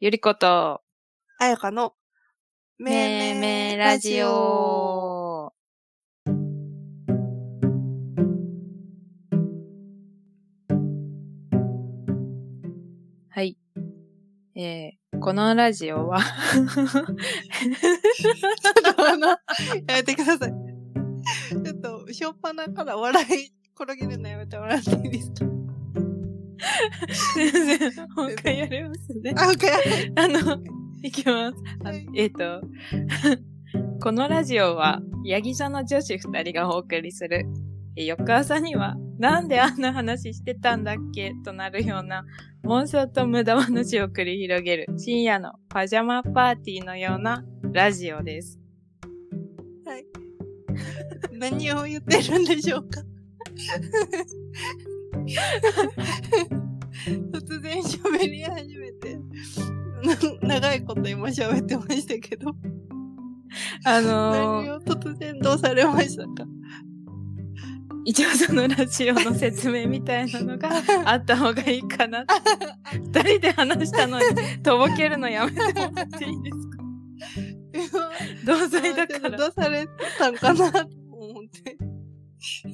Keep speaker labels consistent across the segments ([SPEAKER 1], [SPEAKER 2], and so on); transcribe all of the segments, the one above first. [SPEAKER 1] ゆりこと、
[SPEAKER 2] あやかの、
[SPEAKER 1] めーめーラジ。オ。はい。えー、このラジオは
[SPEAKER 2] やめてください。ちょっと、しょっぱなから笑い転げるのやめてもらっていいです か
[SPEAKER 1] 全然、もう一回やりますね。
[SPEAKER 2] あ、かやめ
[SPEAKER 1] あの、いきます。あ
[SPEAKER 2] はい
[SPEAKER 1] えっ、と、 このラジオは、ヤギ座の女子二人がお送りする。え翌朝には、なんであんな話してたんだっけとなるような、妄想と無駄話を繰り広げる、深夜のパジャマパーティーのようなラジオです。
[SPEAKER 2] 何を言ってるんでしょうか 突然喋り始めて、 な長いこと今喋ってましたけど、
[SPEAKER 1] あ
[SPEAKER 2] 何
[SPEAKER 1] のー、
[SPEAKER 2] を突然どうされましたか
[SPEAKER 1] 一応そのラジオの説明みたいなの があった方がいいかなって。二人で話したの に、とぼけるのやめてもらっていいですか同罪だか
[SPEAKER 2] あでも
[SPEAKER 1] ら
[SPEAKER 2] ど。うされたんかなと思って。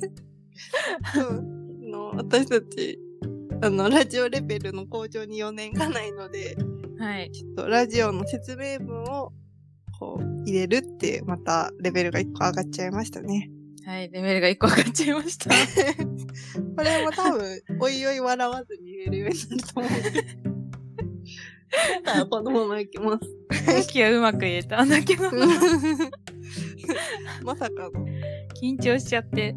[SPEAKER 2] うんあの私たち、あの、ラジオレベルの向上に4年がないので、
[SPEAKER 1] はい。
[SPEAKER 2] ちょっとラジオの説明文を、こう、入れるって、またレベルが1個上がっちゃいましたね。
[SPEAKER 1] はい、レベルが1個上がっちゃいま した。
[SPEAKER 2] これも多分、おいおい笑わずに言えるようになると思うんで。 だからこのままいきます。
[SPEAKER 1] さっきはうまく言えたんだけど、
[SPEAKER 2] まさかの
[SPEAKER 1] 緊張しちゃって。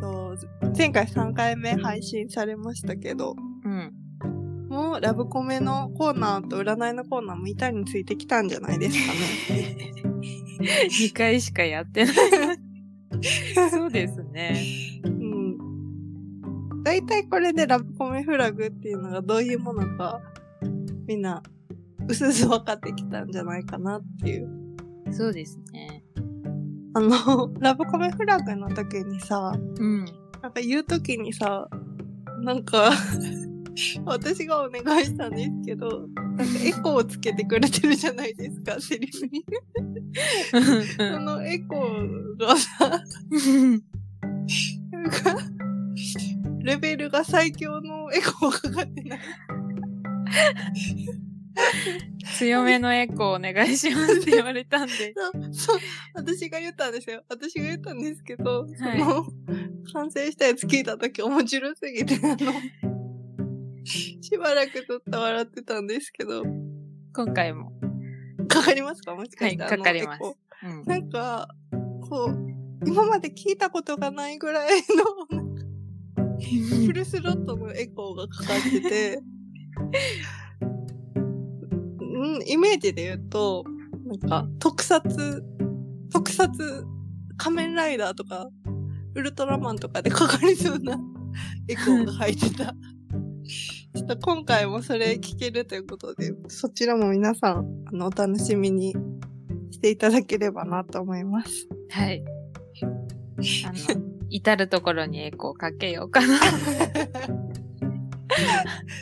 [SPEAKER 2] と前回3回目配信されましたけど、
[SPEAKER 1] うん。
[SPEAKER 2] もうラブコメのコーナーと占いのコーナーも板についてきたんじゃないですかね。
[SPEAKER 1] 2回しかやってない。そうですね。
[SPEAKER 2] うん。だいたいこれでラブコメフラグっていうのがどういうものか、みんな、うすうす分かってきたんじゃないかなっていう。
[SPEAKER 1] そうですね。
[SPEAKER 2] あの、ラブコメフラグの時にさ、
[SPEAKER 1] うん。
[SPEAKER 2] なんか言う時にさ、なんか、 私がお願いしたんですけど、なんかエコーをつけてくれてるじゃないですか、セリフに。そのエコーがさ、なんかレベルが最強のエコーがかかってない。
[SPEAKER 1] 強めのエコーお願いしますって言われたんで。
[SPEAKER 2] そう、私が言ったんですよ。私が言ったんですけど、
[SPEAKER 1] はい
[SPEAKER 2] その、完成したやつ聞いたとき面白すぎて、あの、しばらくずっと笑ってたんですけど、
[SPEAKER 1] 今回も。
[SPEAKER 2] かかりますかもしかして、
[SPEAKER 1] は
[SPEAKER 2] あ
[SPEAKER 1] いか
[SPEAKER 2] の
[SPEAKER 1] かります
[SPEAKER 2] エコ
[SPEAKER 1] うん
[SPEAKER 2] ー。なんか、こう、今まで聞いたことがないぐらいの、フルスロットのエコーがかかってて、うん、イメージで言うと、なんか、特撮、特撮、仮面ライダーとか、ウルトラマンとかでかかりそうなエコーが入ってた。ちょっと今回もそれ聞けるということで、そちらも皆さん、あの、お楽しみにしていただければなと思います。
[SPEAKER 1] はい。あの、至るところにエコーかけよう かな。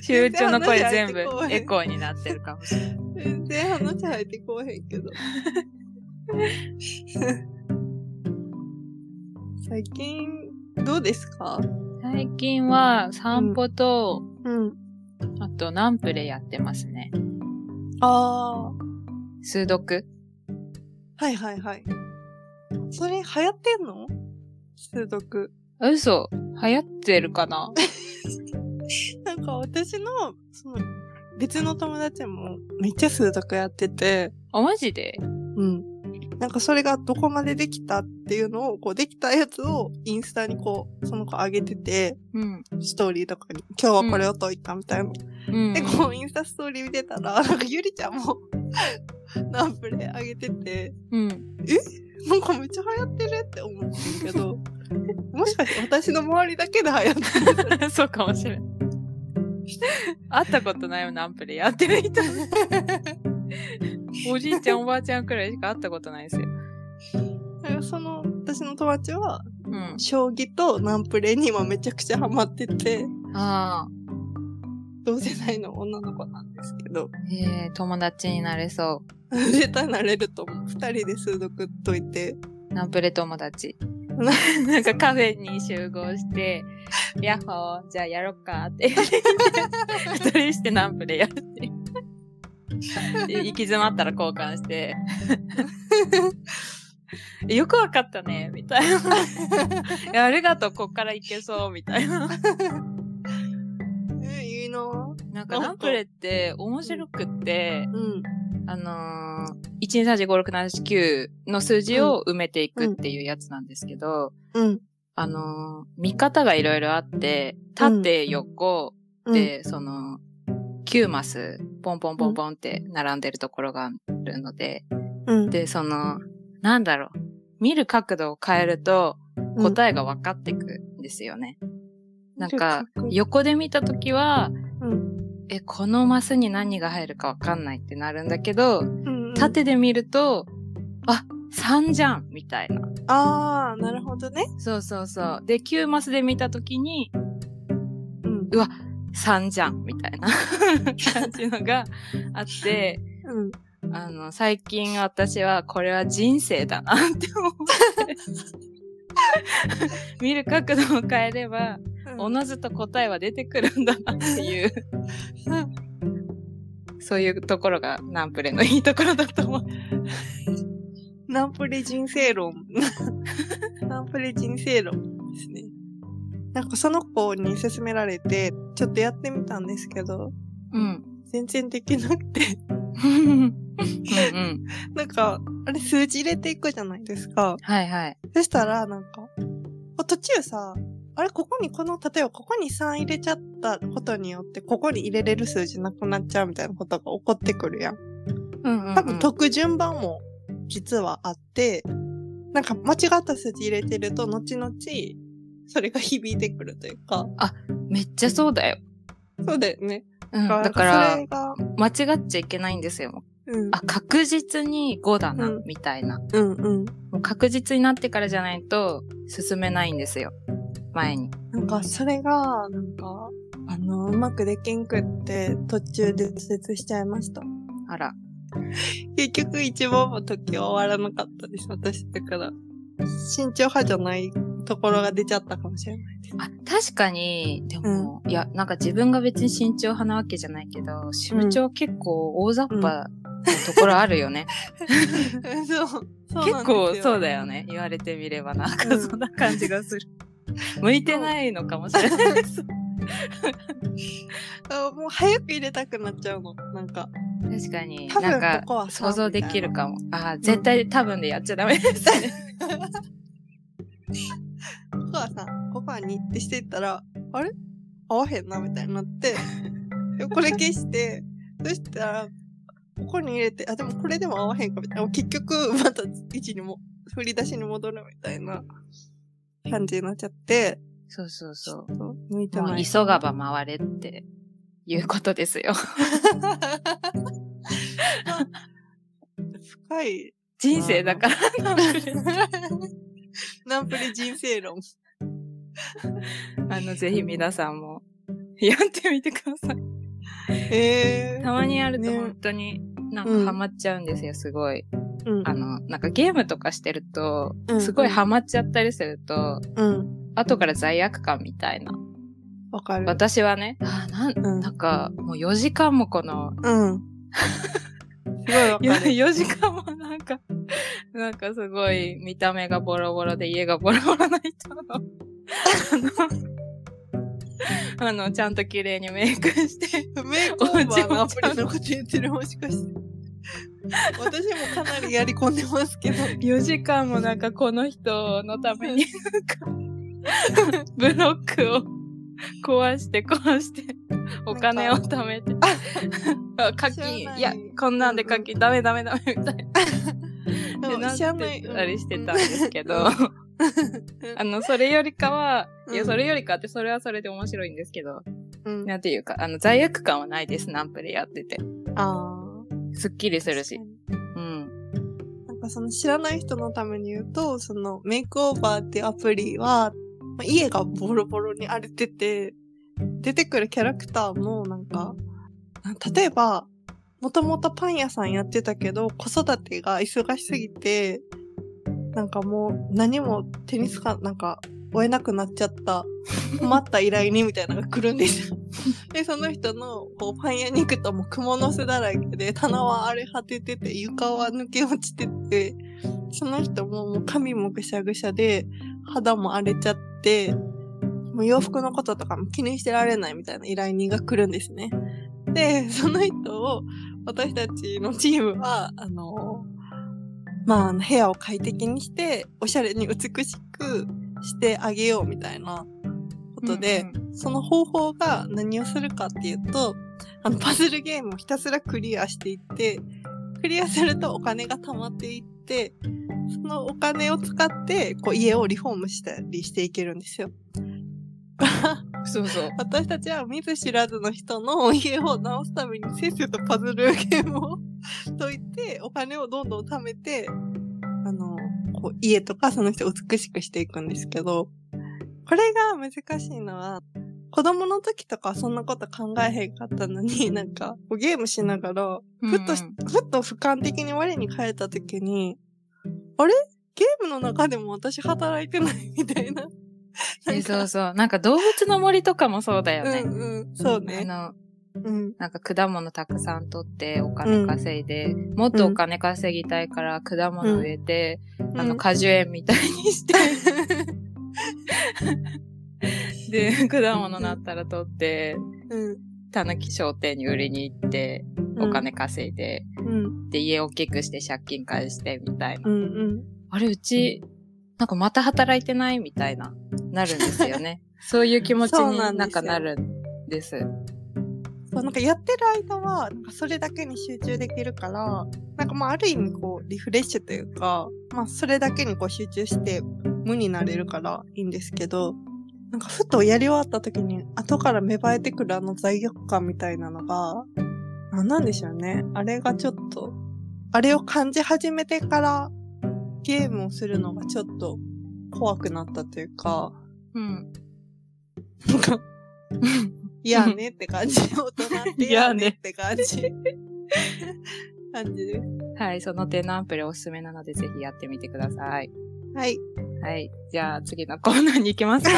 [SPEAKER 1] 集中の声全部エコーになってるかもしれない。
[SPEAKER 2] 全然話入ってこうへんけ ど。最近、どうですか
[SPEAKER 1] 最近は散歩と、
[SPEAKER 2] うん。
[SPEAKER 1] あとナンプレやってますね。
[SPEAKER 2] あ
[SPEAKER 1] 数読
[SPEAKER 2] あ、はいはいはい。それ流行ってんの数読。
[SPEAKER 1] 嘘流行ってるかな
[SPEAKER 2] なんか私の、その、別の友達もめっちゃ数読やってて、
[SPEAKER 1] あ、マジで
[SPEAKER 2] うん。なんかそれがどこまでできたっていうのを、こうできたやつをインスタにこう、その子上げてて、
[SPEAKER 1] うん。
[SPEAKER 2] ストーリーとかに、今日はこれを解いたみたいな
[SPEAKER 1] うん
[SPEAKER 2] で、。こう、インスタストーリー見てたら、なんか、ゆりちゃんも、 ナンプレあげてて、
[SPEAKER 1] うん。
[SPEAKER 2] なんかめっちゃ流行ってるって思ってるけ ど、もしかして私の周りだけで流行ってる
[SPEAKER 1] そうかもしれん。会ったことないよ、ナンプレやってる人。おじいちゃん、おばあちゃんくらいしか会ったことないですよ。
[SPEAKER 2] なんかその、私の友達は、
[SPEAKER 1] うん。
[SPEAKER 2] 将棋とナンプレに今めちゃくちゃハマってて、
[SPEAKER 1] ああ。
[SPEAKER 2] 同世代の女の子なんですけど、
[SPEAKER 1] えー、友達になれそ
[SPEAKER 2] 絶対なれると思う。二人で数読っとい て、
[SPEAKER 1] う。ナンプレ友達。なんかカフェに集合して、ヤッホー、じゃあやろっかって。二人してナンプレやるっていう。で行き詰まったら交換して。よくわかったね、みたいな。いやありがとう、こっから行けそう、みたいな。
[SPEAKER 2] え、いいなぁ
[SPEAKER 1] なんかナンプレって面白くって、
[SPEAKER 2] うん。
[SPEAKER 1] あのー、123456789の数字を埋めていくっていうやつなんですけど、
[SPEAKER 2] うん。
[SPEAKER 1] あのー、見方がいろいろあって、縦、横で、その、9マス、ポンポンポンポンって並んでるところがあるので、
[SPEAKER 2] うん、
[SPEAKER 1] で、その、なんだろう、見る角度を変えると、答えが分かってくんですよね。なんか、横で見たときは、
[SPEAKER 2] うん
[SPEAKER 1] え、このマスに何が入るか分かんないってなるんだけど、
[SPEAKER 2] うん、
[SPEAKER 1] 縦で見ると、あ、3じゃんみたいな。
[SPEAKER 2] あー、なるほどね。
[SPEAKER 1] そうそうそう。で、9マスで見たときに、
[SPEAKER 2] うん。
[SPEAKER 1] 3じゃんみたいな 感じのがあって、
[SPEAKER 2] うん。
[SPEAKER 1] あの、最近私はこれは人生だなって思って、見る角度を変えれば、おのずと答えは出てくるんだなっていう、そういうところがナンプレのいいところだと思う。
[SPEAKER 2] ナンプレ人生論。ナンプレ人生論ですね。なんかその子に勧められて、ちょっとやってみたんですけど、
[SPEAKER 1] うん。
[SPEAKER 2] 全然できなくて。
[SPEAKER 1] うんうん。
[SPEAKER 2] なんか、あれ数字入れていくじゃないですか。
[SPEAKER 1] はいはい。
[SPEAKER 2] そしたら、なんか、途中さ、あれ、ここにこの、例えばここに3入れちゃったことによって、ここに入れれる数字なくなっちゃうみたいなことが起こってくるやん。
[SPEAKER 1] うんうんうん
[SPEAKER 2] 多分解く順番も実はあって、なんか間違った数字入れてると、後々、それが響いてくるというか。
[SPEAKER 1] めっちゃそうだよ。
[SPEAKER 2] そうだよね。
[SPEAKER 1] うん、
[SPEAKER 2] なん
[SPEAKER 1] だから
[SPEAKER 2] そ、れが、
[SPEAKER 1] 間違っちゃいけないんですよ。
[SPEAKER 2] うん。
[SPEAKER 1] あ、確実に5だな、
[SPEAKER 2] うん
[SPEAKER 1] みたいな。
[SPEAKER 2] うんうん。
[SPEAKER 1] もう確実になってからじゃないと進めないんですよ。前に。
[SPEAKER 2] なんか、それが、なんか、あの、うまくできんくって、途中で挫折しちゃいました。
[SPEAKER 1] あら。
[SPEAKER 2] 結局、一問も時は終わらなかったです、私。だから、慎重派じゃないところが出ちゃったかもしれない。
[SPEAKER 1] あ、確かに、でも、いや、なんか自分が別に慎重派なわけじゃないけど、身長結構大雑把なところあるよね。
[SPEAKER 2] そう。そうなんですよ
[SPEAKER 1] 結構そうだよね。言われてみればなんか
[SPEAKER 2] うん
[SPEAKER 1] そんな感じがする。 向いてないのかもしれないです。
[SPEAKER 2] あもう早く入れたくなっちゃうの。なんか。
[SPEAKER 1] 確かに、
[SPEAKER 2] 多分
[SPEAKER 1] なんか
[SPEAKER 2] ここはそう
[SPEAKER 1] 想像できるかも。あー、絶対多分でやっちゃダメですね。
[SPEAKER 2] ここはさ、ここはにってしていったら、あれ合わへんなみたいにな って、でこれ消して、そしたら、ここに入れて、あ、でもこれでも合わへんかみたいな。結局、また位置にも、振り出しに戻るみたいな感じになっちゃって、
[SPEAKER 1] そうそうそう。
[SPEAKER 2] そう向いて
[SPEAKER 1] もう
[SPEAKER 2] ない。
[SPEAKER 1] 急がば回れっていうことですよ。
[SPEAKER 2] 深い。
[SPEAKER 1] 人生だから。
[SPEAKER 2] ナンプリ人生論。
[SPEAKER 1] あの、ぜひ皆さんもやってみてください。
[SPEAKER 2] ええ
[SPEAKER 1] たまにやると
[SPEAKER 2] ね
[SPEAKER 1] 本当になん
[SPEAKER 2] うん
[SPEAKER 1] かハマっちゃうんですよ、すごい。
[SPEAKER 2] うん
[SPEAKER 1] あの、なんかゲームとかしてると
[SPEAKER 2] う、ん
[SPEAKER 1] すごいハマっちゃったりすると、
[SPEAKER 2] うん。
[SPEAKER 1] 後から罪悪感みたいな。
[SPEAKER 2] わかる。
[SPEAKER 1] 私はね、あーなん、
[SPEAKER 2] うん
[SPEAKER 1] なんかもう4時間もこの、
[SPEAKER 2] うん。すごいわかる。
[SPEAKER 1] 4時間もなんか、なんかすごい見た目がボロボロで家がボロボロな 人の、あの、あの、ちゃんと綺麗にメイクして、
[SPEAKER 2] メイクオーバーのアプリのこと言ってるもしかして。私もかなりやり込んでますけど。
[SPEAKER 1] 4時間もなんかこの人のために、なんか、ブロックを壊して壊して、お金を貯めて、あ課
[SPEAKER 2] 知ら
[SPEAKER 1] 金、
[SPEAKER 2] ない
[SPEAKER 1] いや、こんなんで課金、ダメダメダメみたいな。って
[SPEAKER 2] うん
[SPEAKER 1] なっ
[SPEAKER 2] 知らない
[SPEAKER 1] てたりしてたんですけど、
[SPEAKER 2] うん
[SPEAKER 1] あの、それよりかは、
[SPEAKER 2] うん
[SPEAKER 1] いや、それよりかって、それはそれで面白いんですけど、
[SPEAKER 2] うん
[SPEAKER 1] なんていうか、あの、罪悪感はないです、ナンプレやってて。
[SPEAKER 2] あ
[SPEAKER 1] すっきりす
[SPEAKER 2] ー
[SPEAKER 1] るし。うん。
[SPEAKER 2] なんかその知らない人のために言うと、そのメイクオーバーっていうアプリは、まあ家がボロボロに荒れてて、出てくるキャラクターもなんか、例えば、もともとパン屋さんやってたけど、子育てが忙しすぎて、なんかもう何も手につか、なんか追えなくなっちゃった、困った依頼人みたいなのが来るんですよ。で、その人のこうパン屋に行くともう蜘蛛の巣だらけで、棚は荒れ果ててて、床は抜け落ちてて、その人ももう髪もぐしゃぐしゃで、肌も荒れちゃって、もう洋服のこととかも気にしてられないみたいな依頼人が来るんですね。で、その人を、私たちのチームは、あの、まあ、部屋を快適にして、おしゃれに美しくしてあげようみたいなことで、
[SPEAKER 1] うんうん
[SPEAKER 2] その方法が何をするかっていうと、あの、パズルゲームをひたすらクリアしていって、クリアするとお金が貯まっていって、そのお金を使って、こう、家をリフォームしたりしていけるんですよ。
[SPEAKER 1] そうそう。
[SPEAKER 2] 私たちは見ず知らずの人の家を直すためにせっせとパズルゲームを 解いてお金をどんどん貯めてあのこう家とかその人を美しくしていくんですけどこれが難しいのは子供の時とかはそんなこと考えへんかったのに なんかこうゲームしながらふっとし
[SPEAKER 1] うん
[SPEAKER 2] ふっと俯瞰的に我に返った時に、あれゲームの中でも私働いてないみたいな。
[SPEAKER 1] うんえそううそう。なんか動物の森とかもそうだよね。
[SPEAKER 2] んうん。そうね。
[SPEAKER 1] あの、
[SPEAKER 2] うん。
[SPEAKER 1] なんか果物たくさん取ってお金稼いで、もっとお金稼ぎたいから果物植えて、あ
[SPEAKER 2] う
[SPEAKER 1] の
[SPEAKER 2] ん
[SPEAKER 1] 果樹園みたいにして、 で、果物なったら取って、
[SPEAKER 2] うん
[SPEAKER 1] たぬき商店に売りに行って、
[SPEAKER 2] うん
[SPEAKER 1] お金稼いで、
[SPEAKER 2] うん
[SPEAKER 1] で、家大きくして借金返してみたいな。
[SPEAKER 2] うんうん
[SPEAKER 1] あれ、うち、なんかまた働いてないみたいな、なるんですよね。 そういう気持ち
[SPEAKER 2] そう
[SPEAKER 1] に
[SPEAKER 2] なんで
[SPEAKER 1] な
[SPEAKER 2] すよ
[SPEAKER 1] んかなるんです。
[SPEAKER 2] そうなんかやってる間はなんかそれだけに集中できるからなんかまあある意味こうリフレッシュというかまあそれだけにこう集中して無になれるからいいんですけどなんかふとやり終わった時に後から芽生えてくるあの罪悪感みたいなのが何なんでしょうねあれがちょっとあれを感じ始めてからゲームをするのがちょっと怖くなったというか
[SPEAKER 1] うん。
[SPEAKER 2] なんかいやねって感じ。大人っていやねって感じ。 感じです。
[SPEAKER 1] はい、その点のアンプレおすすめなので、ぜひやってみてください。
[SPEAKER 2] はい。
[SPEAKER 1] はい。じゃあ、次のコーナーに行きます か。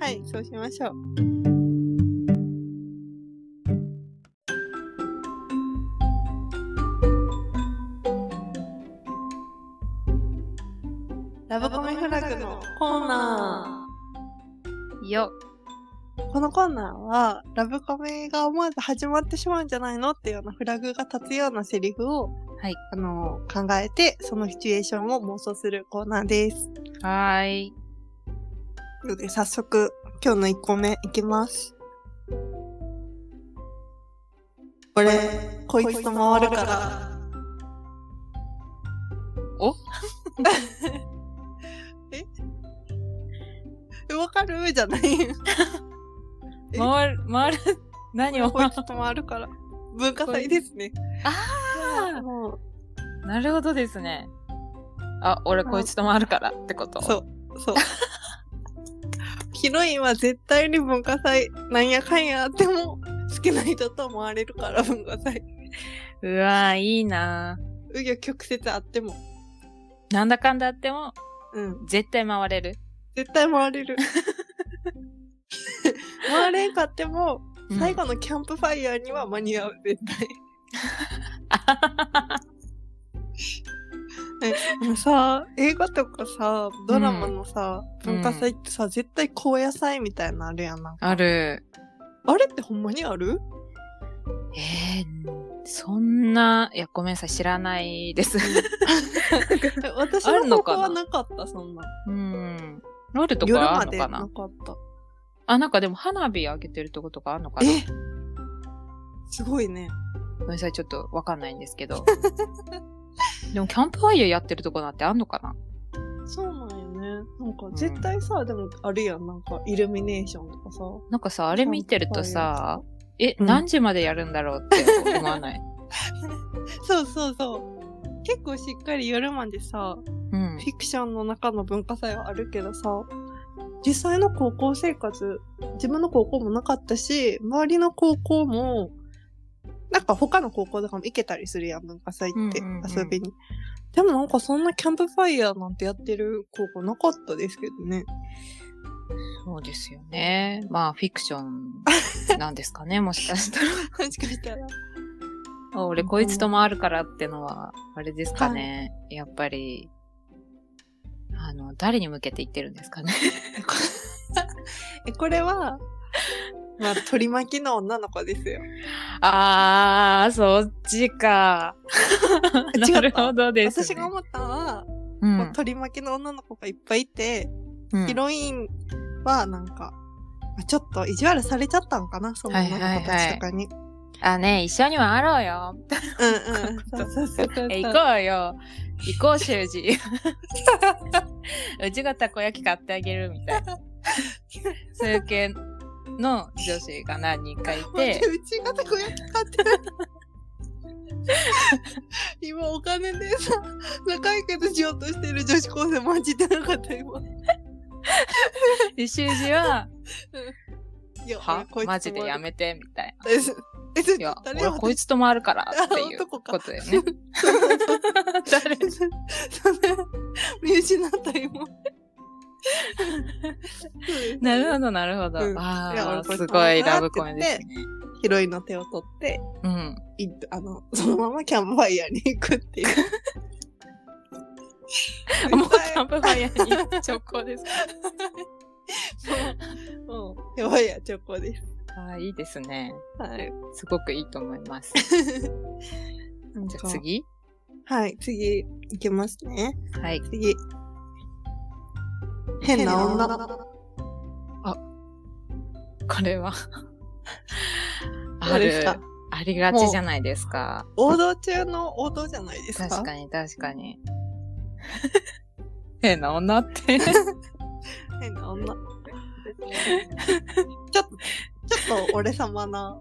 [SPEAKER 2] はい、そうしましょう。ラブコメフラグのコーナ
[SPEAKER 1] よ。
[SPEAKER 2] ー。このコーナーは、ラブコメが思わず始まってしまうんじゃないのっていうようなフラグが立つようなセリフを
[SPEAKER 1] はい。
[SPEAKER 2] あの、考えて、そのシチュエーションを妄想するコーナーです。
[SPEAKER 1] はーい。
[SPEAKER 2] なので、早速、今日の1個目いきます。これ、こいつと回るから。
[SPEAKER 1] お
[SPEAKER 2] ええわかるじゃない。え
[SPEAKER 1] 回る、回る、何を
[SPEAKER 2] こいつと回るから。文化祭ですね。
[SPEAKER 1] あ
[SPEAKER 2] もう
[SPEAKER 1] ー なるほどですね。あ、俺こいつと回るからってこと。
[SPEAKER 2] そう、そう。 ヒロインは絶対に文化祭、なんやかんやあっても、好きな人と回れるから、文化祭。
[SPEAKER 1] うわー、いいな
[SPEAKER 2] うぎょ曲折あっても。
[SPEAKER 1] ー。なんだかんだあっても、
[SPEAKER 2] うん。
[SPEAKER 1] 絶対回れる。
[SPEAKER 2] 絶対回れる。回れんかっても、
[SPEAKER 1] うん
[SPEAKER 2] 最後のキャンプファイヤーには間に合う、絶 対。でもさ、映画とかさ、ドラマのさ、
[SPEAKER 1] うん
[SPEAKER 2] 文化祭ってさ、絶対高野菜みたいなのあるやんな。
[SPEAKER 1] ある。
[SPEAKER 2] あれってほんまに ある
[SPEAKER 1] えー、そんな、いや、ごめんなさい、知らないです。
[SPEAKER 2] え私
[SPEAKER 1] あ
[SPEAKER 2] の
[SPEAKER 1] るの
[SPEAKER 2] 方
[SPEAKER 1] か
[SPEAKER 2] 法
[SPEAKER 1] な
[SPEAKER 2] はなかった、そんな。
[SPEAKER 1] うん。 ロールと
[SPEAKER 2] 夜
[SPEAKER 1] かあ
[SPEAKER 2] ま
[SPEAKER 1] るの
[SPEAKER 2] で
[SPEAKER 1] か
[SPEAKER 2] な
[SPEAKER 1] な
[SPEAKER 2] かった。
[SPEAKER 1] あ、なんかでも花火上げてるとことかあるのかな
[SPEAKER 2] えすごいね。
[SPEAKER 1] ごめんなさい、ちょっとわかんないんですけど。 でも、キャンプファイヤーやってるとこなんてあんのかな
[SPEAKER 2] そうなんよね。なんか絶対さ、でもあるやん。なんかイルミネーションとかさ。
[SPEAKER 1] なんかさ、あれ見てるとさ、え、
[SPEAKER 2] うん
[SPEAKER 1] 何時までやるんだろうって思わない。
[SPEAKER 2] そうそうそう。結構しっかり夜までさ、
[SPEAKER 1] うん
[SPEAKER 2] フ。ィクションの中の文化祭はあるけどさ、実際の高校生活、自分の高校もなかったし、周りの高校も、なんか他の高校とかも行けたりするやん、文化祭って、
[SPEAKER 1] うんうんうん
[SPEAKER 2] 遊びに。でもなんかそんなキャンプファイヤーなんてやってる高校なかったですけどね。
[SPEAKER 1] そうですよね。まあ、フィクションなんですかね、 もしかした
[SPEAKER 2] もしかしたら。
[SPEAKER 1] ら。俺、こいつともあるからってのは、あれですかね。やっぱり、あの、誰に向けて言ってるんです かね。
[SPEAKER 2] え、これは、まあ、取り巻きの女の子ですよ。
[SPEAKER 1] あー、そっちか。
[SPEAKER 2] 違った
[SPEAKER 1] なるほどです、ね。
[SPEAKER 2] 私が思ったのは、
[SPEAKER 1] う、
[SPEAKER 2] こうん取り巻きの女の子がいっぱいいて、
[SPEAKER 1] うん
[SPEAKER 2] ヒロインはなんか、まあちょっと意地悪されちゃったのかな、その女の子たちとかに。
[SPEAKER 1] あ、ね、一緒に回ろうよ。
[SPEAKER 2] うんうん。そうそうそうそう。
[SPEAKER 1] え、行こうよ。行こう、修 二。うちがたこ焼き買ってあげるみたいな。そういう系の女子が何人かい
[SPEAKER 2] 待って
[SPEAKER 1] て、
[SPEAKER 2] うちがたこ焼き買ってる。今お金でさ、仲良くしようとしてる女子高生マジでなかった今。
[SPEAKER 1] で修二は、
[SPEAKER 2] いや
[SPEAKER 1] は
[SPEAKER 2] こいつ
[SPEAKER 1] マジでや
[SPEAKER 2] め。
[SPEAKER 1] めて、みたいな。
[SPEAKER 2] え、すえ、す
[SPEAKER 1] いや、
[SPEAKER 2] 誰
[SPEAKER 1] 俺こいつと回るからっていう
[SPEAKER 2] あ男か
[SPEAKER 1] ことだよね。 誰
[SPEAKER 2] 私それ見失った今。
[SPEAKER 1] なるほど、なるほど。
[SPEAKER 2] うんいや
[SPEAKER 1] ああ、
[SPEAKER 2] 俺こいつ
[SPEAKER 1] すご
[SPEAKER 2] と回
[SPEAKER 1] い
[SPEAKER 2] るか
[SPEAKER 1] ラ
[SPEAKER 2] ら
[SPEAKER 1] ブコメですね。
[SPEAKER 2] ど。ヒロインの手を取って、
[SPEAKER 1] うん。
[SPEAKER 2] いあの、そのままキャンプファイヤーに行くっていう。
[SPEAKER 1] もうキャンプファイヤーに直行ですか。
[SPEAKER 2] もう、やばいや、チョコです。
[SPEAKER 1] ああ、いいですね。
[SPEAKER 2] はい。
[SPEAKER 1] すごくいいと思い ます。
[SPEAKER 2] なん
[SPEAKER 1] じゃ
[SPEAKER 2] か
[SPEAKER 1] あ次
[SPEAKER 2] はい、次、いきますね。
[SPEAKER 1] はい。
[SPEAKER 2] 次。変な女。
[SPEAKER 1] これは
[SPEAKER 2] ど
[SPEAKER 1] あ
[SPEAKER 2] うです
[SPEAKER 1] る
[SPEAKER 2] か
[SPEAKER 1] ありがちじゃないですか
[SPEAKER 2] 王道中の王道じゃないですか。
[SPEAKER 1] 確かに確かに 変な女って
[SPEAKER 2] 変な 女。ちょっと、ちょっと俺様な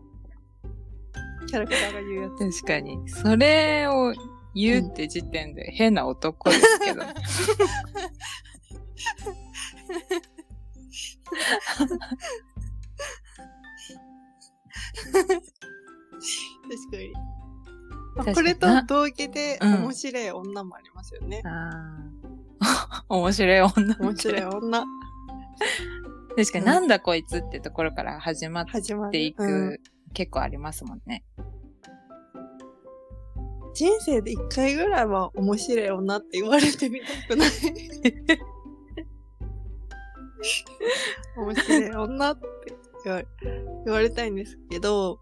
[SPEAKER 2] キャラクターが言うや
[SPEAKER 1] 確かにそれを言うって時点で変な男ですけど、
[SPEAKER 2] つ。確かに。
[SPEAKER 1] 確かに
[SPEAKER 2] これと同義で
[SPEAKER 1] うん
[SPEAKER 2] 面白い女もありますよね。
[SPEAKER 1] ああ 面白い女
[SPEAKER 2] 面白い女。
[SPEAKER 1] 確かになんだこいつってところから始まっ
[SPEAKER 2] 始まる。
[SPEAKER 1] ていく、
[SPEAKER 2] うん
[SPEAKER 1] 結構ありますもんね
[SPEAKER 2] 人生で一回ぐらいは面白い女って言われてみたく ない面白い女って言われ言われたいんですけど、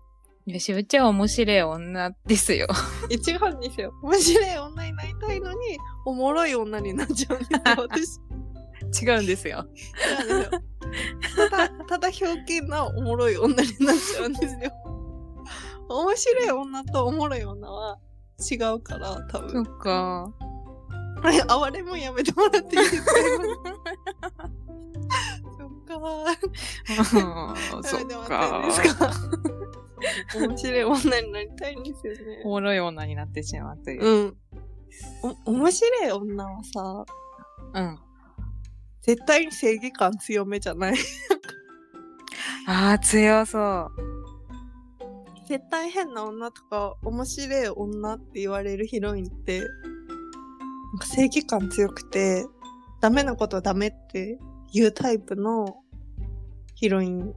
[SPEAKER 1] いやしぶっちゃん面白い女ですよ
[SPEAKER 2] いや違うんですよ。面白い女になりたいのに、おもろい女になっちゃうんですよ、 私。
[SPEAKER 1] 違うんですよ
[SPEAKER 2] 違うんですよ。ただ、ただひょうきんなおもろい女になっちゃうんですよ。面白い女とおもろい女は違うから、多
[SPEAKER 1] そ
[SPEAKER 2] 分
[SPEAKER 1] っ。か
[SPEAKER 2] はい、哀れもやめてもらっていいですか そっかー。
[SPEAKER 1] あー
[SPEAKER 2] や
[SPEAKER 1] そ
[SPEAKER 2] め
[SPEAKER 1] って
[SPEAKER 2] も
[SPEAKER 1] から
[SPEAKER 2] っていいですか面白い女になりたいんですよ
[SPEAKER 1] お
[SPEAKER 2] ね。
[SPEAKER 1] もろい女になってしまうという。
[SPEAKER 2] うん。お、面白い女はさ、
[SPEAKER 1] うん。
[SPEAKER 2] 絶対に正義感強めじゃない。
[SPEAKER 1] ああ、強そう。
[SPEAKER 2] 絶対変な女とか、面白い女って言われるヒロインって、なんか正義感強くて、ダメなことはダメっていうタイプのヒロイン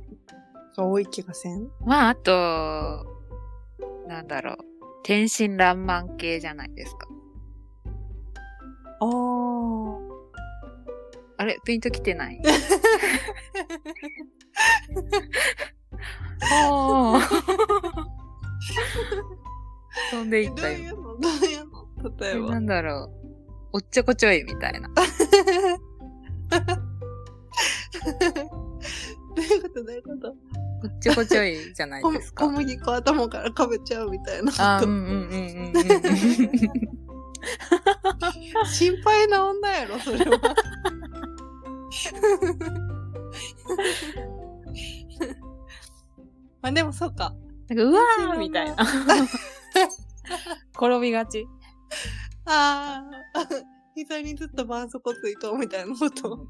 [SPEAKER 2] が多い気がせん
[SPEAKER 1] まあ、あと、なんだろう。天真爛漫系じゃないですか。
[SPEAKER 2] ああ。
[SPEAKER 1] あれピンときて ないお ー飛んでいっ
[SPEAKER 2] どう
[SPEAKER 1] た
[SPEAKER 2] い
[SPEAKER 1] よ。
[SPEAKER 2] うのどういうの例えば
[SPEAKER 1] な。んだろう。おっちょこちょいみたいな。
[SPEAKER 2] どういうことどういうこと
[SPEAKER 1] おっちょこちょいじゃない
[SPEAKER 2] 小
[SPEAKER 1] です
[SPEAKER 2] 小
[SPEAKER 1] か。
[SPEAKER 2] 麦粉頭からかぶっちゃうみたいな
[SPEAKER 1] あー
[SPEAKER 2] こ
[SPEAKER 1] うんう
[SPEAKER 2] と。
[SPEAKER 1] んうんうんうん。
[SPEAKER 2] 心配な女やろ、それ は。まあでもそうか。
[SPEAKER 1] なんか、うわ
[SPEAKER 2] ーみたいな。
[SPEAKER 1] 転びがち。
[SPEAKER 2] ああ。膝にずっと絆創膏ついとうみたいなこと。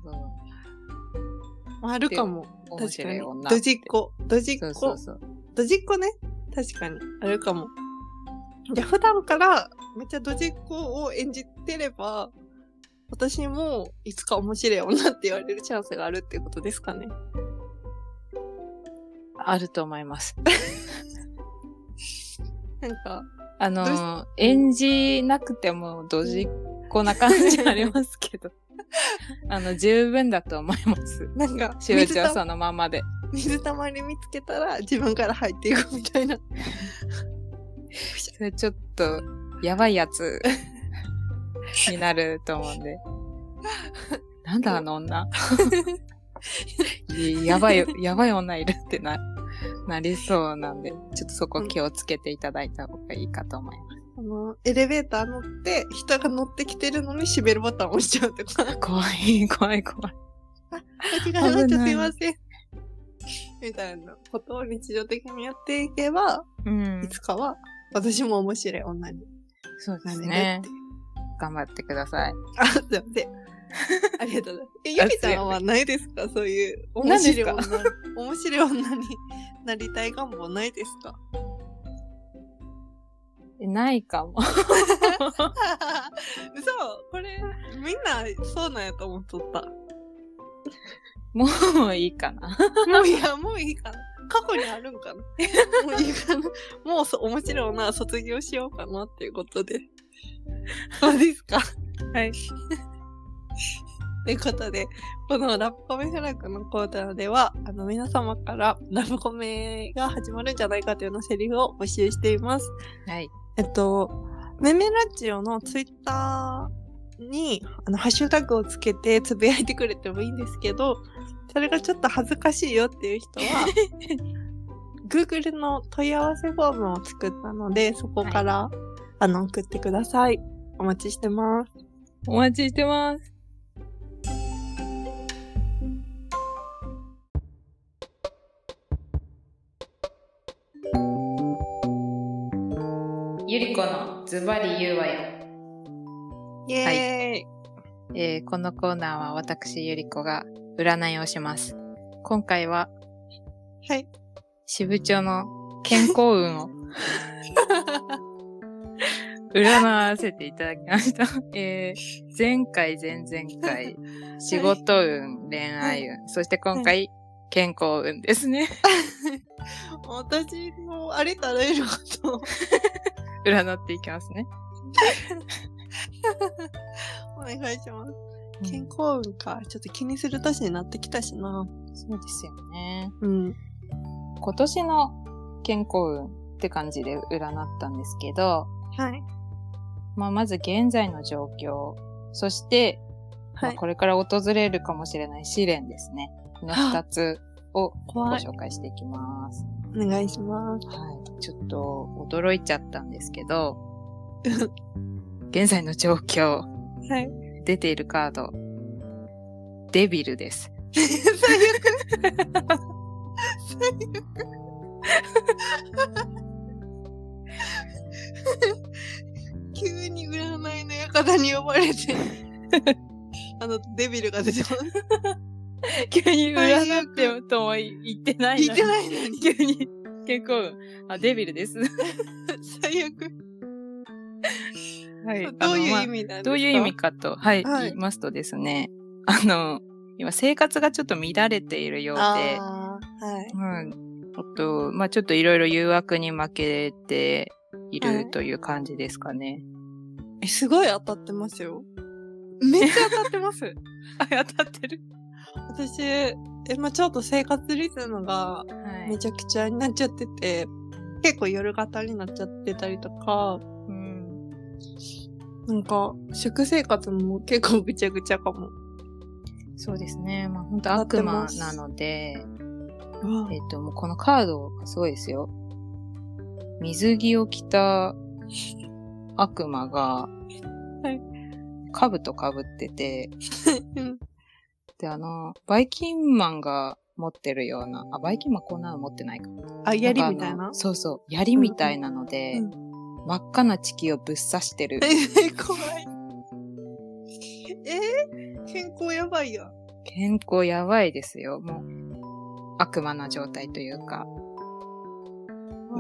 [SPEAKER 2] あるかも。
[SPEAKER 1] 面
[SPEAKER 2] 確か
[SPEAKER 1] 白
[SPEAKER 2] に
[SPEAKER 1] い女。
[SPEAKER 2] ドジっ子。ドジっ
[SPEAKER 1] そうそ
[SPEAKER 2] 子
[SPEAKER 1] う。そう。
[SPEAKER 2] ドジっ子ね。確かに。あるかも。じゃあ普段からめっちゃドジっ子を演じてれば、私もいつか面白い女って言われるチャンスがあるってことですかね。
[SPEAKER 1] あると思います。
[SPEAKER 2] なんか、
[SPEAKER 1] あのー、演じなくてもドジっ子な感じありますけど。あの、十分だと思います。
[SPEAKER 2] なんか、
[SPEAKER 1] しお
[SPEAKER 2] 水
[SPEAKER 1] ちゃんそ
[SPEAKER 2] た
[SPEAKER 1] のままで。
[SPEAKER 2] 水たまり見つけたら自分から入っていくみたいな。
[SPEAKER 1] それちょっと、やばいやつになると思うんで。なんだあの女。いやばい、やばい女いるってな、なりそうなんで、ちょっとそこ気をつけていただいた方がいいかと思います。
[SPEAKER 2] あの、エレベーター乗って、人が乗ってきてるのに閉めるボタン押しちゃうとか、
[SPEAKER 1] 怖い、怖い、怖い。
[SPEAKER 2] 間違え
[SPEAKER 1] 危
[SPEAKER 2] ました
[SPEAKER 1] ない
[SPEAKER 2] すいません。 みたいなことを日常的にやっていけば、
[SPEAKER 1] うん
[SPEAKER 2] い。つかは私も面白い女に
[SPEAKER 1] そうで
[SPEAKER 2] な
[SPEAKER 1] す
[SPEAKER 2] れるって。
[SPEAKER 1] ね。頑張ってください。
[SPEAKER 2] あ、すいません。ありがとうございます。え、ゆりさんはないですかそういう面白い
[SPEAKER 1] 何
[SPEAKER 2] 女に、面白い女になりたい願望ないですか
[SPEAKER 1] えないかも。
[SPEAKER 2] 嘘これ、みんなそうなんやと思っとった。
[SPEAKER 1] もういいかな。
[SPEAKER 2] もういや、もういいかな。過去にあるん かな。もういいかな。もうそ、面白い女は卒業しようかなっていうことで。そうですか。
[SPEAKER 1] はい。
[SPEAKER 2] ということで、このラブコメフラグのコーナーでは、あの皆様からラブコメが始まるんじゃないかというようなセリフを募集しています。
[SPEAKER 1] はい。
[SPEAKER 2] えっと、めめラジオのツイッターに、あの、ハッシュタグをつけてつぶやいてくれてもいいんですけど、それがちょっと恥ずかしいよっていう 人は、Google の問い合わせフォームを作ったので、そこから、あの、送ってください。お待ちしてます。
[SPEAKER 1] お待ちしてます。ゆりこのズバリ言うわよ。
[SPEAKER 2] イェーイ、
[SPEAKER 1] えーこのコーナーは私ゆりこが占いをします。今回は
[SPEAKER 2] はい。
[SPEAKER 1] 支部長の健康運を占わせていただきました。 えー前回、前々回、仕事運、恋愛運、そして今回、健康運ですね。
[SPEAKER 2] 私もありとあらゆることを
[SPEAKER 1] 占っていきますね。
[SPEAKER 2] お願いします。健康運か。ちょっと気にする年になってきたしな。
[SPEAKER 1] そうですよね。
[SPEAKER 2] うん。
[SPEAKER 1] 今年の健康運って感じで占ったんですけど、
[SPEAKER 2] はい。
[SPEAKER 1] まあ、まず現在の状況、そして、まあ
[SPEAKER 2] はい。
[SPEAKER 1] これから訪れるかもしれない試練ですね。この二つをご
[SPEAKER 2] 怖い。
[SPEAKER 1] 紹介していきます。
[SPEAKER 2] お願いします。
[SPEAKER 1] はい。ちょっと驚いちゃったんですけ ど、現在の状況、
[SPEAKER 2] はい。
[SPEAKER 1] 出ているカード、デビルです。
[SPEAKER 2] 最悪。最悪。急に占いの館に呼ばれ て、あの、デビルが出てます。
[SPEAKER 1] 急に
[SPEAKER 2] 占っても
[SPEAKER 1] とも言ってな
[SPEAKER 2] 聞いてないのに。
[SPEAKER 1] 急に、結構、あ、デビルです。は
[SPEAKER 2] 最悪。ど
[SPEAKER 1] ど
[SPEAKER 2] う
[SPEAKER 1] う
[SPEAKER 2] い
[SPEAKER 1] いうう
[SPEAKER 2] 意
[SPEAKER 1] 意味
[SPEAKER 2] 味なんです か
[SPEAKER 1] どういう意味かと、はい、
[SPEAKER 2] はい
[SPEAKER 1] 言いますとですね、あの、今生活がちょっと乱れているようで、
[SPEAKER 2] ああ、はい。
[SPEAKER 1] うん。あと、まあちょっといろいろ誘惑に負けてい
[SPEAKER 2] はい
[SPEAKER 1] るという感じですかね。
[SPEAKER 2] え、すごい当たってますよ。めっちゃ当たってます。
[SPEAKER 1] あ、当たってる。
[SPEAKER 2] 私、え、まあちょっと生活リズムが
[SPEAKER 1] は
[SPEAKER 2] め
[SPEAKER 1] い。
[SPEAKER 2] ちゃくちゃになっちゃってて、結構夜型になっちゃってたりとか、
[SPEAKER 1] うん、
[SPEAKER 2] なんか、食生活も結構ぐちゃぐちゃかも。
[SPEAKER 1] そうですね。まあ本当
[SPEAKER 2] 当たって
[SPEAKER 1] 悪
[SPEAKER 2] ま
[SPEAKER 1] 魔
[SPEAKER 2] す
[SPEAKER 1] なので、
[SPEAKER 2] わ
[SPEAKER 1] えっと、もうこのカードがすごいですよ。水着を着た悪魔が、
[SPEAKER 2] はい。
[SPEAKER 1] 兜かぶってて、
[SPEAKER 2] うん
[SPEAKER 1] で、あの、バイキンマンが持ってるような、あ、バイキンマンこんなの持ってないか。
[SPEAKER 2] あ、やりみた
[SPEAKER 1] ん
[SPEAKER 2] い
[SPEAKER 1] かあ
[SPEAKER 2] な
[SPEAKER 1] の。そうそう、槍みたいなので、
[SPEAKER 2] うん
[SPEAKER 1] 真っ赤な地球をぶっ刺してる。
[SPEAKER 2] え、怖い。えー健康やばいやん。
[SPEAKER 1] 健康やばいですよ、もう。悪魔の状態というか、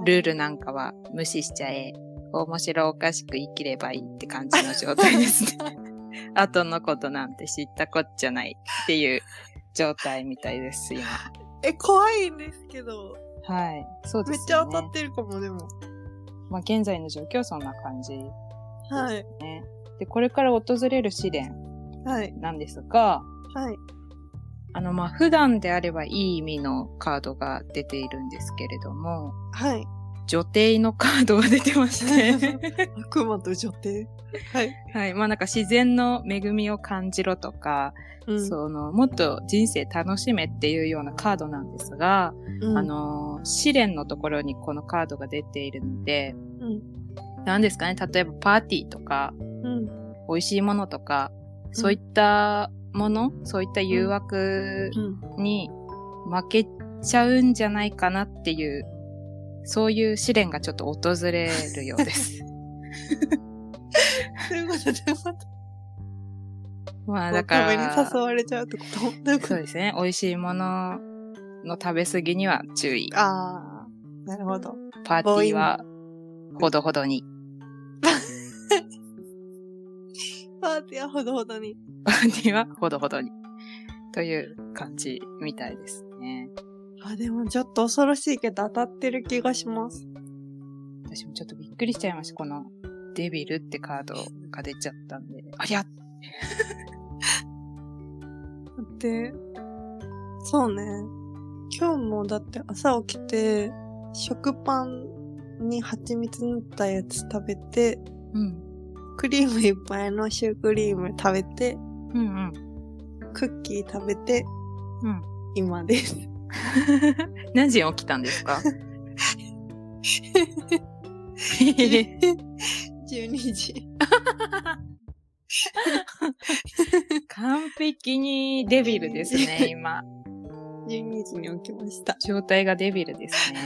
[SPEAKER 1] ルールなんかは無視しちゃえ、面白おかしく生きればいいって感じの状態ですね。 後のことなんて知ったこっちゃないっていう状態みたいです、今。
[SPEAKER 2] え、怖いんですけど、
[SPEAKER 1] はい。そうで
[SPEAKER 2] めっ
[SPEAKER 1] す
[SPEAKER 2] ちゃ
[SPEAKER 1] よ
[SPEAKER 2] 当
[SPEAKER 1] ね。
[SPEAKER 2] たってるかも、でも。
[SPEAKER 1] まあ、現在の状況はそんな感じ。
[SPEAKER 2] はい。
[SPEAKER 1] ね。で、これから訪れる試練
[SPEAKER 2] はい。
[SPEAKER 1] なんですが、
[SPEAKER 2] はい。
[SPEAKER 1] あの、まあ、普段であればいい意味のカードが出ているんですけれども、
[SPEAKER 2] はい。
[SPEAKER 1] 女帝のカードが出てま して。
[SPEAKER 2] 悪魔と女帝。はい。
[SPEAKER 1] はい。まあ、なんか自然の恵みを感じろとか、
[SPEAKER 2] うん
[SPEAKER 1] その、もっと人生楽しめっていうようなカードなんですが、
[SPEAKER 2] うん
[SPEAKER 1] あ、の、試練のところにこのカードが出ているので、
[SPEAKER 2] うん。
[SPEAKER 1] 何ですかね、例えばパーティーとか、
[SPEAKER 2] うん。
[SPEAKER 1] 美味しいものとか、そういったもの、そういった誘惑
[SPEAKER 2] うん。
[SPEAKER 1] に負けちゃうんじゃないかなっていう、そういう試練がちょっと訪れるよう です。
[SPEAKER 2] ということで、また、
[SPEAKER 1] まあだ
[SPEAKER 2] だ
[SPEAKER 1] か
[SPEAKER 2] から、
[SPEAKER 1] ら、
[SPEAKER 2] に誘われちゃうってことどういうこ
[SPEAKER 1] そ
[SPEAKER 2] と
[SPEAKER 1] うですね、美味しいものの食べ過ぎには注意。
[SPEAKER 2] ああ、なるほど。
[SPEAKER 1] パーティーはほどほどに。
[SPEAKER 2] パーティーはほどほどに。
[SPEAKER 1] パーティーはほどほどに。という感じみたいですね。
[SPEAKER 2] あ、でもちょっと恐ろしいけど当たってる気がします。
[SPEAKER 1] 私もちょっとびっくりしちゃいました。このデビルってカードが出ちゃったんで。ありゃ
[SPEAKER 2] で、そうね。今日もだって朝起きて、食パンに蜂蜜塗ったやつ食べて、
[SPEAKER 1] うん。
[SPEAKER 2] クリームいっぱいのシュークリーム食べて、
[SPEAKER 1] うんうん。
[SPEAKER 2] クッキー食べて、
[SPEAKER 1] うん。
[SPEAKER 2] 今です。
[SPEAKER 1] 何時に起きたんですか
[SPEAKER 2] 12時。
[SPEAKER 1] 完璧にデビルですね、今。
[SPEAKER 2] 12時に起きました。
[SPEAKER 1] 状態がデビルですね。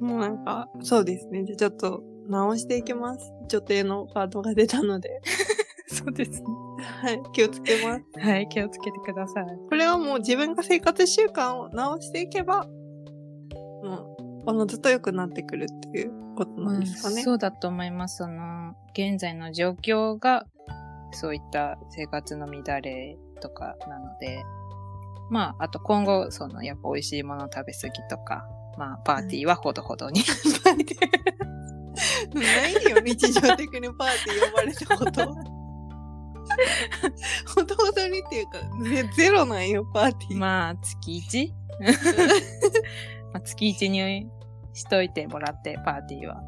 [SPEAKER 2] もうなんか、そうですね。じゃあちょっと直していきます。女帝のカードが出たので。
[SPEAKER 1] そうですね。
[SPEAKER 2] はい、気をつけます。
[SPEAKER 1] はい、気をつけてください。
[SPEAKER 2] これはもう自分が生活習慣を直していけば、もう、おのずと良くなってくるっていうことなんですかね。
[SPEAKER 1] そうだと思います。その、現在の状況が、そういった生活の乱れとかなので、まあ、あと今後、その、やっぱ美味しいもの食べ過ぎとか、まあ、パーティーはほどほどに。
[SPEAKER 2] ないよ、日常的にパーティー呼ばれたこと。 ほとほどにっていうか、ゼゼロなんよ、パーティー。
[SPEAKER 1] まあ、月 1? まあ月1にしといてもらって、パーティーは。
[SPEAKER 2] わ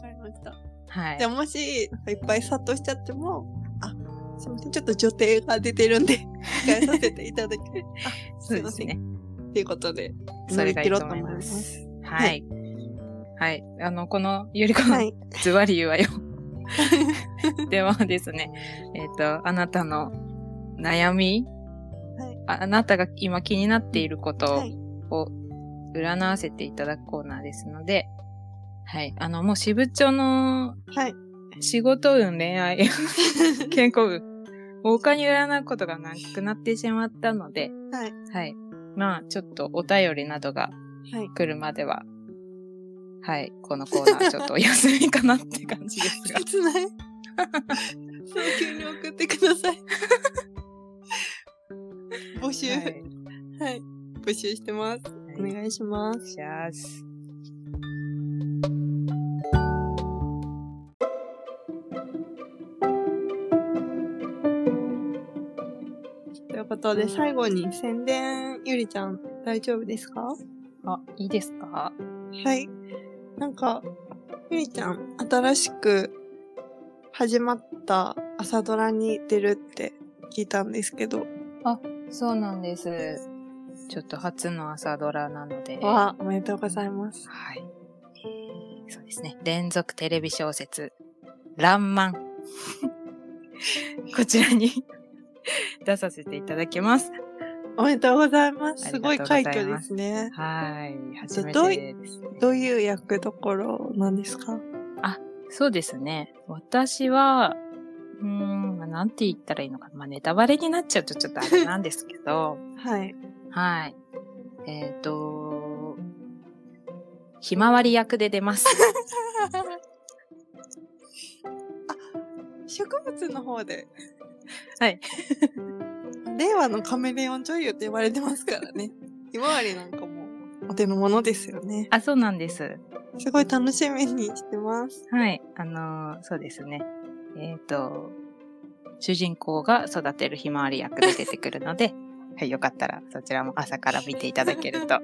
[SPEAKER 2] かりました。
[SPEAKER 1] はい
[SPEAKER 2] じゃあ。もし、いっぱい殺到しちゃっても、あ、すいません、ちょっと女帝が出てるんで、控えさせていただき、あ、
[SPEAKER 1] そ
[SPEAKER 2] すいう
[SPEAKER 1] で
[SPEAKER 2] ますせん。
[SPEAKER 1] ね。
[SPEAKER 2] っていうことで、
[SPEAKER 1] それがいいと思い
[SPEAKER 2] 乗
[SPEAKER 1] ま
[SPEAKER 2] り切ろうと思います
[SPEAKER 1] す。はい。はい。あの、この、ゆりこ
[SPEAKER 2] は
[SPEAKER 1] の
[SPEAKER 2] い。
[SPEAKER 1] ズワリ言う わよ。ではですね、えっ、と、あなたの悩み、
[SPEAKER 2] はい
[SPEAKER 1] あ、あなたが今気になっていること
[SPEAKER 2] はい。
[SPEAKER 1] を占わせていただくコーナーですので、はい。あの、もう支部長の
[SPEAKER 2] はい。
[SPEAKER 1] 仕事運、恋愛、 健康運、他に占うことがなくなってしまったので、
[SPEAKER 2] はい。
[SPEAKER 1] はい。まあ、ちょっとお便りなどが
[SPEAKER 2] はい。
[SPEAKER 1] 来るまでは、はい、このコーナーちょっとお休みかなって感じです が。
[SPEAKER 2] 切ない。早急に送ってください。募集、は、
[SPEAKER 1] はいい、
[SPEAKER 2] 募集してます。お
[SPEAKER 1] お願い
[SPEAKER 2] 願いします。
[SPEAKER 1] します。
[SPEAKER 2] ということで、最後に宣伝、ゆりちゃん、大丈夫ですか
[SPEAKER 1] あ、いいですか
[SPEAKER 2] はい。なんか、ゆりちゃん、新しく始まった朝ドラに出るって聞いたんですけど、
[SPEAKER 1] そうなんです。ちょっと初の朝ドラなので、は
[SPEAKER 2] わあ、おめでとうございま
[SPEAKER 1] い。
[SPEAKER 2] す。
[SPEAKER 1] えーそうですね。連続テレビ小説、らんまん。 こちらに 出させていただきます。
[SPEAKER 2] おめでとうございます。
[SPEAKER 1] あ
[SPEAKER 2] す
[SPEAKER 1] りが
[SPEAKER 2] ご
[SPEAKER 1] とう
[SPEAKER 2] い
[SPEAKER 1] ござ
[SPEAKER 2] 快
[SPEAKER 1] います
[SPEAKER 2] 挙ですね。
[SPEAKER 1] はい。初め
[SPEAKER 2] どう
[SPEAKER 1] てですね。
[SPEAKER 2] どういう役どころなんですか
[SPEAKER 1] そうですね。私は、うーん、まあ、なんて言ったらいいのかな。まあ、ネタバレになっちゃうとちょっとあれなんですけど、
[SPEAKER 2] はい。
[SPEAKER 1] はい。えっ、と、ひまわり役で出 ます。
[SPEAKER 2] 植物の方で。
[SPEAKER 1] はい。
[SPEAKER 2] 令和のカメレオン女優って言われてますからね。ひまわりなんかもお手の物ですよね。
[SPEAKER 1] あ、そうなんです。
[SPEAKER 2] すごい楽しみにしてます。
[SPEAKER 1] はい。あのーそうですね。えっ、と、主人公が育てるひまわり役で出てくるので、はい、よかったらそちらも朝から見ていただけると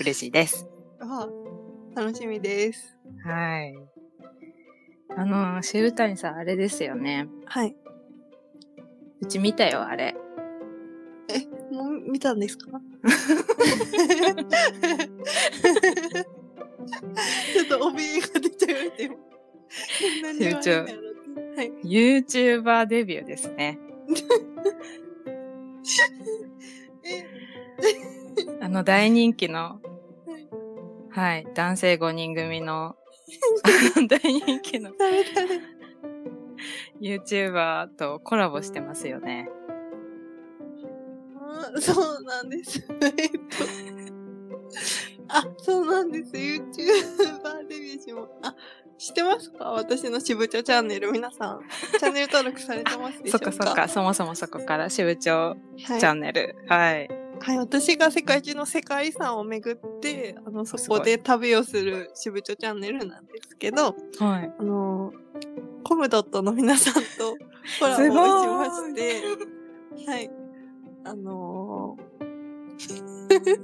[SPEAKER 1] 嬉しいです。
[SPEAKER 2] あ楽しみです。
[SPEAKER 1] はい。あのー、渋谷さん、あれですよね。
[SPEAKER 2] はい。
[SPEAKER 1] うち見たよ、あれ。
[SPEAKER 2] もう見たんですかちょっと怯えが出ちゃうても。何で笑えないのはい
[SPEAKER 1] YouTuber デビューですね。
[SPEAKER 2] え
[SPEAKER 1] あの、大人気の
[SPEAKER 2] はい、
[SPEAKER 1] はい、男性5人組の、 大人気の
[SPEAKER 2] ダメダメ。
[SPEAKER 1] YouTuber とコラボしてますよね。
[SPEAKER 2] うんそうなんです。えっと。あ、そうなんです。YouTuber デビューしも。あ、知ってますか私のしぶちょチャンネル、皆さん。チャンネル登録されてますでし
[SPEAKER 1] そっ
[SPEAKER 2] ょうか
[SPEAKER 1] かそっか、そもそもそこから支部長
[SPEAKER 2] はい
[SPEAKER 1] チャンネル。はい。
[SPEAKER 2] はい、私が世界中の世界遺産を巡って、あの、そ
[SPEAKER 1] すごい
[SPEAKER 2] こで旅をするしぶちょチャンネルなんですけど、
[SPEAKER 1] はい。
[SPEAKER 2] あの、コムドットの皆さんと コラボをしまして、はい。あの ー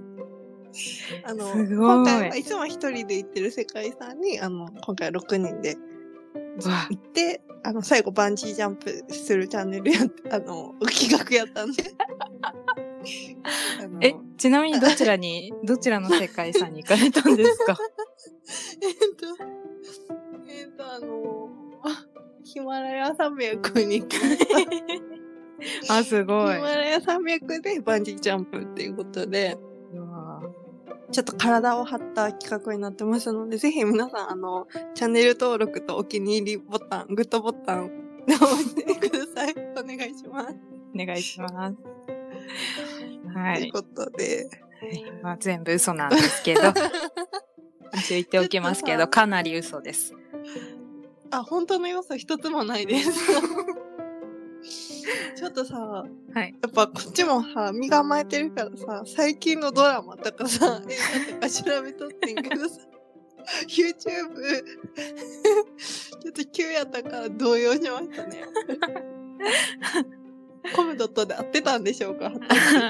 [SPEAKER 2] あの、
[SPEAKER 1] すごい
[SPEAKER 2] 今回はいつも一人で行ってる世界遺産に、あの、今回6人で
[SPEAKER 1] うわ
[SPEAKER 2] 行って、あの、最後バンジージャンプするチャンネルやって、あの、企画やったんで。あの
[SPEAKER 1] え、ちなみにどちら に、どちらの世界遺産に行かれたんです か
[SPEAKER 2] えっと、えっと、あのー、ヒマラヤ山脈に行きました。
[SPEAKER 1] あ、すごい。
[SPEAKER 2] ヒマラヤ山脈でバンジージャンプっていうことで、
[SPEAKER 1] うわ
[SPEAKER 2] ちょっと体を張った企画になってますので、ぜひ皆さん、あの、チャンネル登録とお気に入りボタン、グッドボタン、押してください。お願いします。
[SPEAKER 1] お願いします。は
[SPEAKER 2] という
[SPEAKER 1] い。
[SPEAKER 2] ことで。
[SPEAKER 1] まあ、全部嘘なんですけど、一応言っておきますけ
[SPEAKER 2] ちょ
[SPEAKER 1] ど、
[SPEAKER 2] っとさ
[SPEAKER 1] かなり嘘です。
[SPEAKER 2] あ、本当の要素一つもな いです。ちょっとさ、
[SPEAKER 1] はい
[SPEAKER 2] やっぱこっちもさ、身構えてるからさ、最近のドラマと かさ、映画とか調べとってんけどさ、YouTube、ちょっと急やったから動揺しましたね。コムドットで合ってたんでしょうか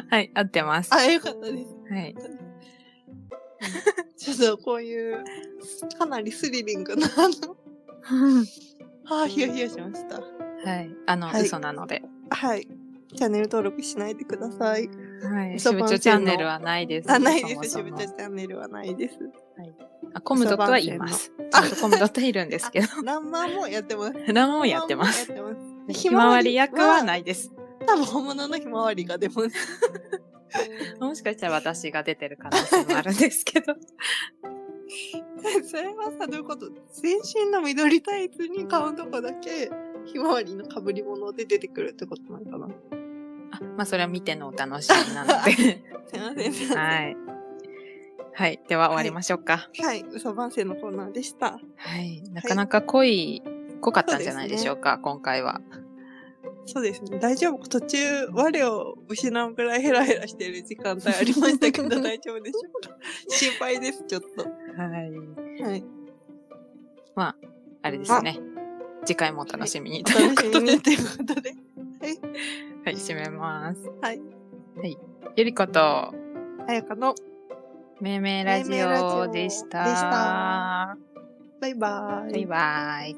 [SPEAKER 1] はい、合ってます。は
[SPEAKER 2] あ、よかったです。
[SPEAKER 1] い。
[SPEAKER 2] ちょっとこういう、かなりスリリングな、あの、はあ、ヒヤヒヤしました。
[SPEAKER 1] はい。あの、
[SPEAKER 2] はい
[SPEAKER 1] 嘘なので。
[SPEAKER 2] はい。チャンネル登録しないでください。
[SPEAKER 1] はい。し
[SPEAKER 2] 嘘
[SPEAKER 1] ぶ
[SPEAKER 2] 番
[SPEAKER 1] ち
[SPEAKER 2] 宣
[SPEAKER 1] ょ
[SPEAKER 2] の
[SPEAKER 1] チャンネルはないです。
[SPEAKER 2] あ、ないで
[SPEAKER 1] そも
[SPEAKER 2] す。
[SPEAKER 1] そ
[SPEAKER 2] しぶ
[SPEAKER 1] も
[SPEAKER 2] ちゃチャンネルはないです。
[SPEAKER 1] あコムドットはいます。ちゃんとコムドットはいるんですけど、
[SPEAKER 2] ランマーもやってます。
[SPEAKER 1] ラモンやってます。
[SPEAKER 2] ランマーもやってま。
[SPEAKER 1] ひまわり役はいないです。
[SPEAKER 2] 多分本物のひまわりが出ます。
[SPEAKER 1] もしかしたら私が出てる可能性もあるんですけど。
[SPEAKER 2] それはさ、どういうこと全身の緑タイツに顔のとこだけ、ひまわりの被り物で出てくるってことなのかな
[SPEAKER 1] あまあ、それは見てのお楽しみなので。
[SPEAKER 2] すいません。すいません
[SPEAKER 1] はい。はい。では終わりましょうか。
[SPEAKER 2] はい。嘘番宣のコーナーでした。
[SPEAKER 1] はい。なかなか濃い、濃かったんじゃないでしょうか、今回は。
[SPEAKER 2] そうですね。大丈夫途中、我を失うぐらいヘラヘラしてる時間帯ありましたけ ど大丈夫でしょうか心配です、ちょっと。
[SPEAKER 1] はい。
[SPEAKER 2] はい。
[SPEAKER 1] あれですね。次回もお楽しみに。
[SPEAKER 2] お
[SPEAKER 1] という
[SPEAKER 2] 楽
[SPEAKER 1] こ
[SPEAKER 2] し
[SPEAKER 1] と
[SPEAKER 2] み
[SPEAKER 1] で
[SPEAKER 2] に。ということで。
[SPEAKER 1] はい、締めます。
[SPEAKER 2] はい。
[SPEAKER 1] ゆりこと、
[SPEAKER 2] あやかの、
[SPEAKER 1] めいめいラジ
[SPEAKER 2] めいめいラジ
[SPEAKER 1] オ
[SPEAKER 2] オ
[SPEAKER 1] でした。
[SPEAKER 2] でしたバイバーイ。
[SPEAKER 1] バイバイ。